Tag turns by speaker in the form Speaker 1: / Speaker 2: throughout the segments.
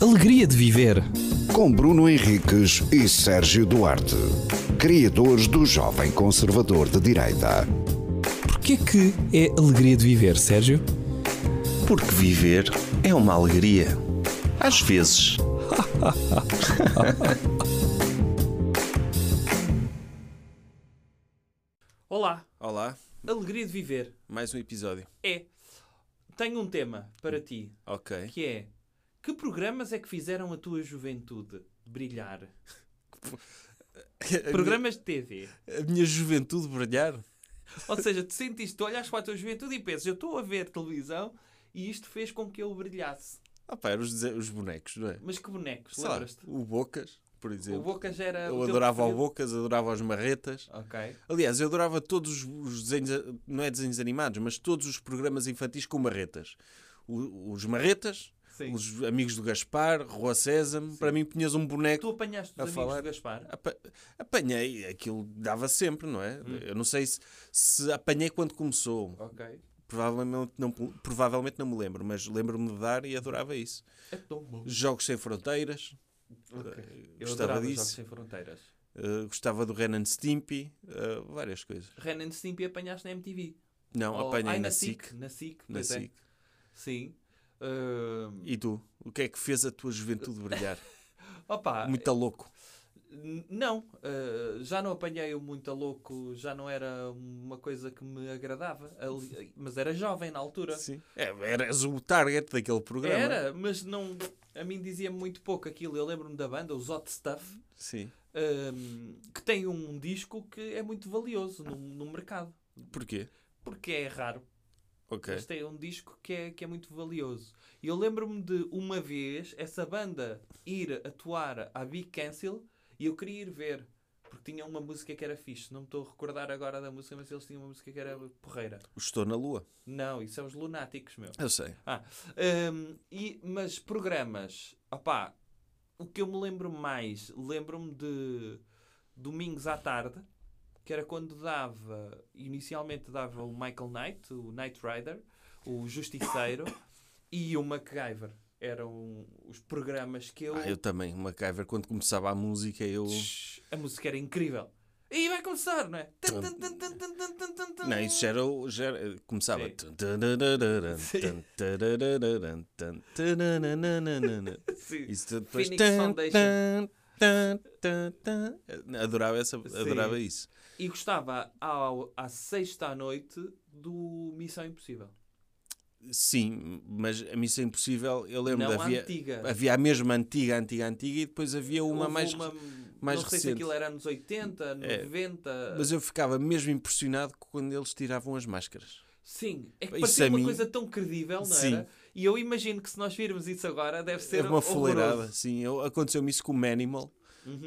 Speaker 1: alegria de viver.
Speaker 2: Com Bruno Henriques e Sérgio Duarte, criadores do Jovem Conservador de Direita.
Speaker 1: Porquê que é alegria de viver, Sérgio?
Speaker 3: Porque viver é uma alegria. Às vezes.
Speaker 4: Olá,
Speaker 3: Olá,
Speaker 4: alegria de viver
Speaker 3: mais um episódio.
Speaker 4: é. Tenho um tema para ti
Speaker 3: Ok.
Speaker 4: que é: que programas é que fizeram a tua juventude brilhar? Programas de TV.
Speaker 3: A minha juventude brilhar.
Speaker 4: Ou seja, tu sentiste, tu olhas para a tua juventude e pensas: eu estou a ver televisão e isto fez com que eu brilhasse.
Speaker 3: Ah pá, eram os, dese- os bonecos, não é?
Speaker 4: Mas que bonecos,
Speaker 3: Sei lá,
Speaker 4: lembras-te?
Speaker 3: o Bocas, por exemplo.
Speaker 4: O Bocas era.
Speaker 3: Eu
Speaker 4: o teu
Speaker 3: adorava o
Speaker 4: preferido?
Speaker 3: Bocas, adorava as marretas.
Speaker 4: Ok.
Speaker 3: Aliás, eu adorava todos os- os desenhos, não é desenhos animados, mas todos os programas infantis com marretas. O- os marretas,
Speaker 4: Sim.
Speaker 3: os amigos do Gaspar, Rua Sésamo. Para mim, punhas um boneco.
Speaker 4: Tu apanhaste os
Speaker 3: A
Speaker 4: amigos
Speaker 3: falar-
Speaker 4: do Gaspar?
Speaker 3: Apa- Apanhei, aquilo dava sempre, não é?
Speaker 4: Hum.
Speaker 3: Eu não sei se, se apanhei quando começou.
Speaker 4: Ok.
Speaker 3: Provavelmente não, provavelmente não me lembro, mas lembro-me de dar e adorava isso.
Speaker 4: É tão bom.
Speaker 3: Jogos Sem Fronteiras,
Speaker 4: Ok. Eu
Speaker 3: gostava
Speaker 4: adorava
Speaker 3: disso.
Speaker 4: Jogos Sem Fronteiras.
Speaker 3: eh, gostava do Ren and Stimpy, eh, várias coisas.
Speaker 4: Renan de Stimpy apanhaste na MTV.
Speaker 3: Não,
Speaker 4: Ou-
Speaker 3: apanhei
Speaker 4: ai,
Speaker 3: na SIC.
Speaker 4: Na SIC,
Speaker 3: Na
Speaker 4: pois é.
Speaker 3: SIC.
Speaker 4: Sim. Ahm,
Speaker 3: E tu? O que é que fez a tua juventude brilhar?
Speaker 4: Opa,
Speaker 3: Muito louco.
Speaker 4: n- não, ah, já não apanhei o muito a louco, já não era uma coisa que me agradava, ali- mas era jovem na altura.
Speaker 3: Sim. É, eras o target daquele programa.
Speaker 4: Era, mas não, a mim dizia-me muito pouco aquilo. Eu lembro-me da banda, os Hot Stuff,
Speaker 3: Sim.
Speaker 4: ahm, que tem um disco que é muito valioso no, no mercado,
Speaker 3: Porquê?
Speaker 4: porque é raro.
Speaker 3: Ok.
Speaker 4: Mas tem um disco que é, que é muito valioso. E eu lembro-me de uma vez essa banda ir atuar à Big Cancel e eu queria ir ver. Porque tinha uma música que era fixe. Não me estou a recordar agora da música, mas eles tinham uma música que era porreira.
Speaker 3: Estou na lua.
Speaker 4: Não, isso é os lunáticos, meu.
Speaker 3: Eu sei.
Speaker 4: Ah, hum, e, mas programas. Opá, o que eu me lembro mais, lembro-me de domingos à tarde, que era quando dava, inicialmente dava o Michael Knight, o Knight Rider, o Justiceiro e o MacGyver. Eram os programas que eu.
Speaker 3: Ah, eu também. O MacGyver, quando começava a música, eu...
Speaker 4: Shhh, A música era incrível. E vai começar, não é? Tan, tan, tan, tan, tan, tan, tan, tan, tan.
Speaker 3: Não, isso já era. o- Já era- começava.
Speaker 4: Sim.
Speaker 3: Tum, tararararam,
Speaker 4: Sim.
Speaker 3: tum, tararararam, tum, tarananana.
Speaker 4: Sim.
Speaker 3: Isso depois.
Speaker 4: Phoenix
Speaker 3: Tum,
Speaker 4: Foundation.
Speaker 3: tum, tum, tum, tum. Adorava, essa, adorava isso.
Speaker 4: E gostava ao, à sexta à noite do Missão Impossível.
Speaker 3: Sim, mas a Missão é Impossível, eu lembro.
Speaker 4: Não,
Speaker 3: de
Speaker 4: a
Speaker 3: havia,
Speaker 4: antiga.
Speaker 3: havia a mesma antiga, antiga, antiga e depois havia uma
Speaker 4: Houve
Speaker 3: mais.
Speaker 4: uma-
Speaker 3: mais
Speaker 4: não sei se
Speaker 3: recente. É.
Speaker 4: aquilo era anos 80, 90.
Speaker 3: Mas eu ficava mesmo impressionado quando eles tiravam as máscaras.
Speaker 4: Sim, é que
Speaker 3: Isso
Speaker 4: parecia
Speaker 3: a
Speaker 4: uma
Speaker 3: mim-
Speaker 4: coisa tão credível, não
Speaker 3: Sim.
Speaker 4: era? E eu imagino que se nós virmos isso agora, deve ser
Speaker 3: Era uma
Speaker 4: horroroso. Uhum.
Speaker 3: fuleirada, sim. Eu- Aconteceu-me isso com o Manimal,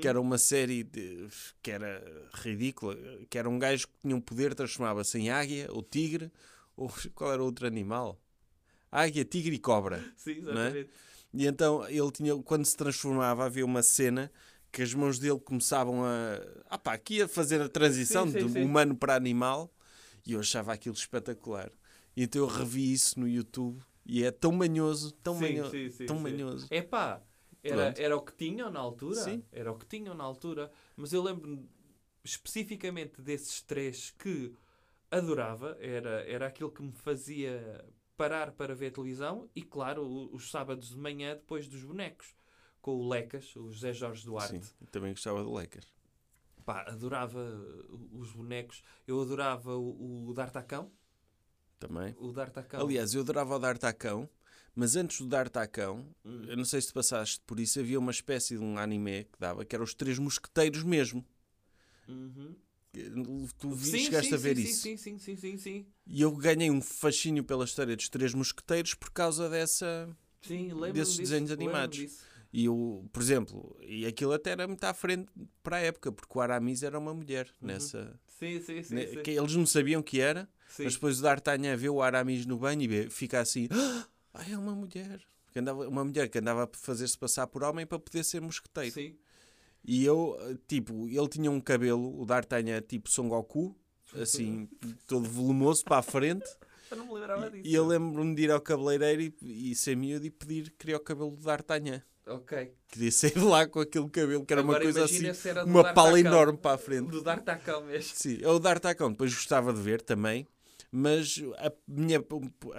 Speaker 3: que era uma série de- que era ridícula, que era um gajo que tinha um poder, transformava-se em águia ou tigre, ou qual era o outro animal? Águia, tigre e cobra.
Speaker 4: Sim,
Speaker 3: Não é?
Speaker 4: exatamente.
Speaker 3: E então ele tinha, quando se transformava, havia uma cena que as mãos dele começavam a. Ah pá, aqui a fazer a transição
Speaker 4: Sim, sim,
Speaker 3: de
Speaker 4: sim.
Speaker 3: humano para animal e eu achava aquilo espetacular. E então eu revi isso no YouTube e é tão manhoso, tão manhoso, tão manhoso.
Speaker 4: É pá, era,
Speaker 3: Pronto.
Speaker 4: era o que tinham na altura.
Speaker 3: Sim.
Speaker 4: Era o que tinham na altura. Mas eu lembro especificamente desses três que adorava. Era, era aquilo que me fazia parar para ver televisão. E claro, o- os sábados de manhã depois dos bonecos. Com o Lecas, o José Jorge Duarte.
Speaker 3: Sim, também gostava do Lakers.
Speaker 4: Pá, adorava uh, os bonecos. Eu adorava o, o D'Artacão.
Speaker 3: Também.
Speaker 4: O D'Artacão.
Speaker 3: Aliás, eu adorava o dar tacão, mas antes do dar tacão,
Speaker 4: Uhum.
Speaker 3: eu não sei se te passaste por isso, havia uma espécie de um anime que dava, que era os Três Mosqueteiros mesmo.
Speaker 4: Uhum.
Speaker 3: Tu vi- chegaste a ver
Speaker 4: sim,
Speaker 3: isso.
Speaker 4: Sim, sim, sim, sim, sim.
Speaker 3: E eu ganhei um fascínio pela história dos Três Mosqueteiros por causa dessa.
Speaker 4: Sim, lembro-me
Speaker 3: Desses
Speaker 4: disso,
Speaker 3: desenhos
Speaker 4: lembro-me
Speaker 3: animados.
Speaker 4: disso.
Speaker 3: E eu, por exemplo, e aquilo até era muito à frente para a época, porque o Aramis era uma mulher nessa.
Speaker 4: Sim, sim, Uhum. sim.
Speaker 3: ne-
Speaker 4: sim.
Speaker 3: Né, que eles não sabiam que era,
Speaker 4: Sim.
Speaker 3: mas depois o D'Artagnan vê o Aramis no banho e vê- fica assim: "Ah, "Ai, é uma mulher. Que andava, uma mulher que andava a fazer-se passar por homem para poder ser mosqueteiro.
Speaker 4: Sim.
Speaker 3: E eu, eh, tipo, ele tinha um cabelo, o D'Artagnan, tipo Son Goku, assim, todo volumoso para a frente.
Speaker 4: Eu não me lembrava disso.
Speaker 3: E eu lembro-me de ir ao cabeleireiro e, e ser miúdo e pedir queria o cabelo do D'Artagnan.
Speaker 4: Ok.
Speaker 3: Queria sair de lá com aquele cabelo que era
Speaker 4: Agora
Speaker 3: uma coisa
Speaker 4: imagina
Speaker 3: assim,
Speaker 4: se era do
Speaker 3: uma
Speaker 4: Darth
Speaker 3: pala
Speaker 4: Akon.
Speaker 3: enorme para a frente.
Speaker 4: Do Darth Akon mesmo.
Speaker 3: Sim, é o D'Artacão, depois gostava de ver também, mas a minha,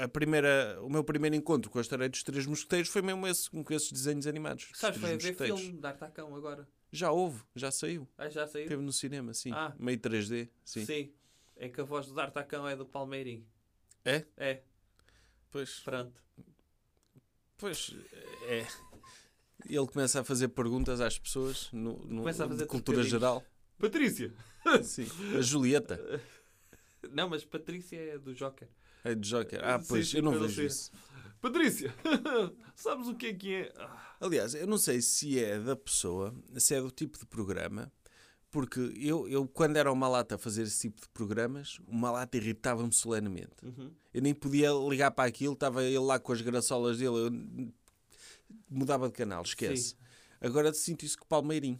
Speaker 3: a primeira, o meu primeiro encontro com a história dos Três Mosqueteiros foi mesmo esse, com esses desenhos animados. dos
Speaker 4: Sabes,
Speaker 3: Três
Speaker 4: foi a ver
Speaker 3: Mosqueteiros.
Speaker 4: filme de Darth Akon agora.
Speaker 3: Já houve, já saiu.
Speaker 4: Ah, já saiu?
Speaker 3: Teve no cinema, sim.
Speaker 4: Ah.
Speaker 3: Meio 3D, sim.
Speaker 4: Sim. É que a voz do Darth Akon é do Palmeirinho.
Speaker 3: É?
Speaker 4: É,
Speaker 3: Pois,
Speaker 4: pronto.
Speaker 3: pois, é. Ele começa a fazer perguntas às pessoas no, no-
Speaker 4: Começa a fazer
Speaker 3: de cultura
Speaker 4: trocadilhos.
Speaker 3: geral.
Speaker 4: Patrícia!
Speaker 3: Sim. A Julieta,
Speaker 4: Não, mas Patrícia é do Joker.
Speaker 3: a de Joker. Ah,
Speaker 4: Sim,
Speaker 3: pois,
Speaker 4: sim,
Speaker 3: eu não
Speaker 4: eu não
Speaker 3: vejo
Speaker 4: sei.
Speaker 3: isso.
Speaker 4: Patrícia! Sabes o que é que é? Ah,
Speaker 3: Aliás, eu não sei se é da pessoa, se é do tipo de programa, porque eu, eu quando era uma lata a fazer esse tipo de programas, uma lata irritava-me solenemente.
Speaker 4: Uhum.
Speaker 3: Eu nem podia ligar para aquilo, estava ele lá com as graçolas dele, eu n- mudava de canal, esquece.
Speaker 4: Sim.
Speaker 3: Agora sinto isso com o Palmeirinho.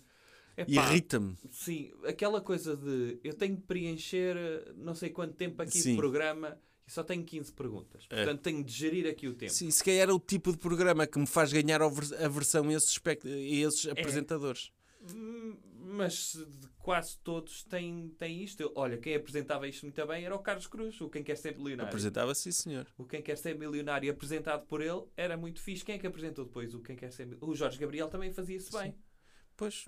Speaker 4: Epá,
Speaker 3: Irrita-me.
Speaker 4: Sim, aquela coisa de eu tenho que preencher eh, não sei quanto tempo aqui
Speaker 3: Sim. É.
Speaker 4: de programa e só tenho 15 perguntas. Portanto, tenho de gerir aqui o tempo.
Speaker 3: Sim, se calhar é o tipo de programa que me faz ganhar over- aversão a esses, espect- a
Speaker 4: É.
Speaker 3: esses apresentadores.
Speaker 4: Hum, Mas de- quase todos têm, têm isto. Eu- olha, quem apresentava isto muito bem era o Carlos Cruz, o Quem Quer Ser Milionário.
Speaker 3: Apresentava-se, sim, senhor.
Speaker 4: O Quem Quer Ser Milionário apresentado por ele era muito fixe. Quem é que apresentou depois o Quem Quer Ser Milionário? O Jorge Gabriel também fazia-se bem.
Speaker 3: Pois.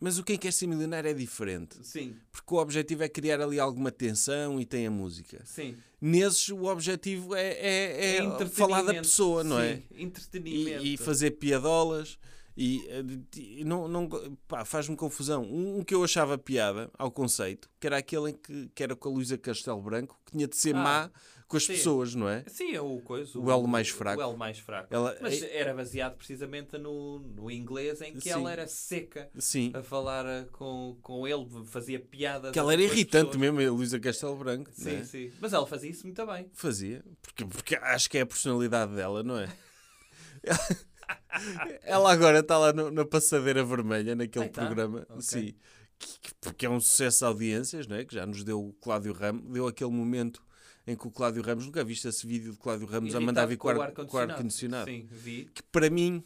Speaker 3: Mas o quem quer ser milionário é diferente.
Speaker 4: Sim,
Speaker 3: porque o objetivo é criar ali alguma tensão e tem a música.
Speaker 4: sim.
Speaker 3: Nesses, o objetivo é, é- é
Speaker 4: entretenimento.
Speaker 3: falar da pessoa, não é?
Speaker 4: Sim,
Speaker 3: E,
Speaker 4: Entretenimento.
Speaker 3: e fazer piadolas. E, eh, de- de- não, não, pá, faz-me confusão. Um, um que eu achava piada ao conceito, que era aquele em que, que era com a Luísa Castelo Branco, que tinha de ser
Speaker 4: Ah,
Speaker 3: má com as
Speaker 4: sim.
Speaker 3: pessoas, não é?
Speaker 4: Sim, é o coisa.
Speaker 3: O elo mais fraco.
Speaker 4: O elo mais fraco.
Speaker 3: Ela-
Speaker 4: Mas
Speaker 3: é-
Speaker 4: era baseado precisamente no, no inglês em que
Speaker 3: Sim.
Speaker 4: ela era seca
Speaker 3: Sim.
Speaker 4: a falar eh, com, com ele, fazia piadas.
Speaker 3: Que ela era
Speaker 4: com as
Speaker 3: irritante
Speaker 4: pessoas.
Speaker 3: mesmo, a Luísa Castelo Branco. não
Speaker 4: Sim,
Speaker 3: é?
Speaker 4: sim. Mas ela fazia isso muito bem.
Speaker 3: Fazia, porque, porque acho que é a personalidade dela, não é? Ela- Ela agora está lá no- na passadeira vermelha, naquele
Speaker 4: Ai, tá.
Speaker 3: programa,
Speaker 4: Ok.
Speaker 3: sim, que- que- porque é um sucesso de audiências, não é? Que já nos deu o Cláudio Ramos, deu aquele momento em que o Cláudio Ramos, nunca viste esse vídeo de Cláudio Ramos a
Speaker 4: Irritado
Speaker 3: mandar vir com o ar- com o ar-condicionado,
Speaker 4: Sim, vi.
Speaker 3: que para mim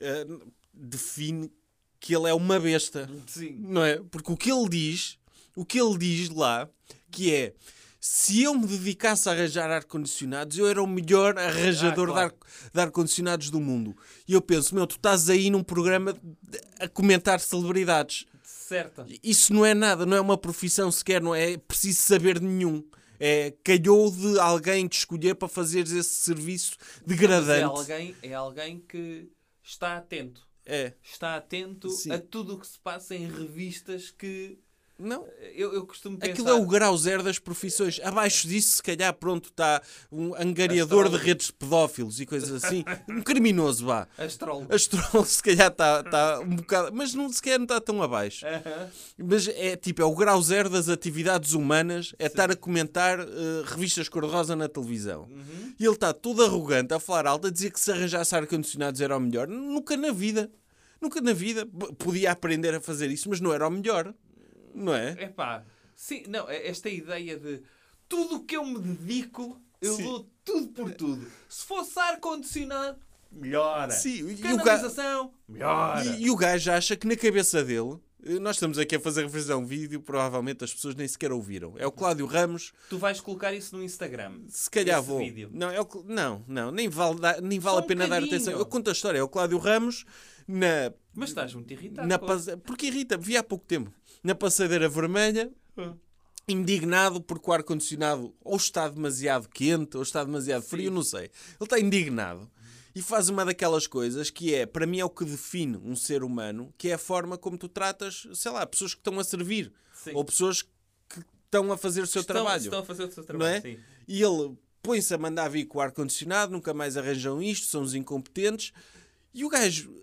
Speaker 3: eh, define que ele é uma besta
Speaker 4: um Sim.
Speaker 3: não é? Porque o que ele diz, o que ele diz lá, que é se eu me dedicasse a arranjar ar-condicionados, eu era o melhor arranjador
Speaker 4: Ah, claro.
Speaker 3: de ar- de ar-condicionados do mundo. E eu penso, meu, tu estás aí num programa de- a comentar celebridades.
Speaker 4: Certa.
Speaker 3: Isso não é nada, não é uma profissão sequer, não é preciso saber de nenhum. É, calhou de alguém te escolher para fazeres esse serviço
Speaker 4: Mas é
Speaker 3: degradante.
Speaker 4: alguém, é alguém que está atento.
Speaker 3: É,
Speaker 4: Está atento
Speaker 3: Sim.
Speaker 4: a tudo o que se passa em revistas que. eh,
Speaker 3: não,
Speaker 4: Eu, eu costumo pensar.
Speaker 3: Aquilo é o grau zero das profissões. Abaixo disso, se calhar, pronto, está um angariador de
Speaker 4: Astrólogo.
Speaker 3: redes de pedófilos e coisas assim. Um criminoso, vá.
Speaker 4: Astrólogo.
Speaker 3: Astrólogo, se calhar, está está um bocado. Mas não, se calhar não está tão abaixo.
Speaker 4: Aham.
Speaker 3: Mas é tipo, é o grau zero das atividades humanas, é estar a comentar eh, revistas cor-de-rosa na televisão.
Speaker 4: Uhum.
Speaker 3: E ele está todo arrogante, a falar alto, a dizer que se arranjasse ar-condicionados era o melhor. Nunca na vida. Nunca na vida. P- Podia aprender a fazer isso, mas não era o melhor. Não é?
Speaker 4: Epá, sim, não, é- esta ideia de tudo o que eu me dedico, eu
Speaker 3: Sim.
Speaker 4: dou tudo por tudo. Se fosse ar-condicionado, melhora.
Speaker 3: Sim, e o ga-
Speaker 4: Canalização, melhora.
Speaker 3: E, e o gajo acha que na cabeça dele. eh, Nós estamos aqui a fazer referência a um vídeo, provavelmente as pessoas nem sequer ouviram. É o Cláudio Ramos,
Speaker 4: Tu vais colocar isso no Instagram.
Speaker 3: se calhar
Speaker 4: Esse
Speaker 3: vou.
Speaker 4: vídeo.
Speaker 3: Não, é o Cl- não, não, nem vale, dar- nem vale
Speaker 4: Só
Speaker 3: a
Speaker 4: um
Speaker 3: pena dar
Speaker 4: bocadinho.
Speaker 3: atenção. Eu conto a história, é o Cláudio Ramos na.
Speaker 4: Mas estás muito irritado.
Speaker 3: na
Speaker 4: com-
Speaker 3: pas- Porque irrita, vi há pouco tempo. Na passadeira vermelha,
Speaker 4: Ah.
Speaker 3: indignado porque o ar-condicionado ou está demasiado quente ou está demasiado frio, não sei. Ele está indignado e faz uma daquelas coisas que é, para mim, é o que define um ser humano, que é a forma como tu tratas, sei lá, pessoas que estão a servir
Speaker 4: Sim.
Speaker 3: ou pessoas que estão a fazer o seu
Speaker 4: estão,
Speaker 3: trabalho.
Speaker 4: Estão a fazer o seu
Speaker 3: Não
Speaker 4: trabalho,
Speaker 3: é?
Speaker 4: sim.
Speaker 3: E ele põe-se a mandar vir com o ar-condicionado, nunca mais arranjam isto, são os incompetentes. E o gajo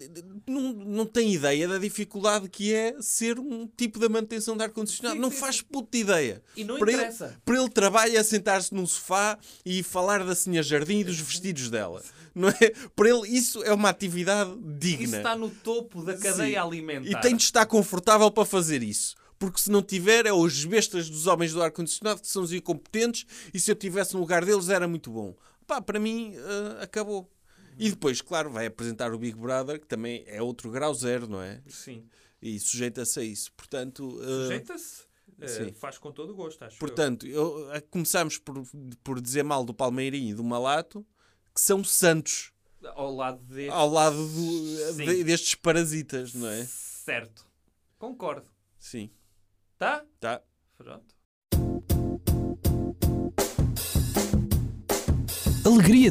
Speaker 3: eh, não, não tem ideia da dificuldade que é ser um tipo da manutenção de ar-condicionado.
Speaker 4: Sim,
Speaker 3: Não
Speaker 4: sim,
Speaker 3: faz puta ideia.
Speaker 4: E não
Speaker 3: Ele,
Speaker 4: interessa.
Speaker 3: para ele trabalho é sentar-se num sofá e falar da Sinha Jardim e dos vestidos dela. Não é? Para ele isso é uma atividade digna.
Speaker 4: Isso está no topo da cadeia
Speaker 3: é? Sim.
Speaker 4: alimentar.
Speaker 3: E tem de estar confortável para fazer isso. Porque se não tiver, é os bestas dos homens do ar-condicionado que são os incompetentes e se eu tivesse no lugar deles era muito bom. Pá, para mim, eh, acabou. E depois, claro, vai apresentar o Big Brother, que também é outro grau zero, não é?
Speaker 4: Sim.
Speaker 3: E sujeita-se a isso. Portanto, eh,
Speaker 4: Sujeita-se. eh,
Speaker 3: sim.
Speaker 4: faz com todo o gosto, acho
Speaker 3: portanto eu, eh, começámos por, por dizer mal do Palmeirinho e do Malato, que são santos
Speaker 4: eu. Ao lado deste.
Speaker 3: ao lado do-
Speaker 4: Sim.
Speaker 3: de- destes parasitas, não é?
Speaker 4: Certo. Concordo.
Speaker 3: Sim,
Speaker 4: Tá?
Speaker 3: tá.
Speaker 4: Pronto.
Speaker 1: Alegria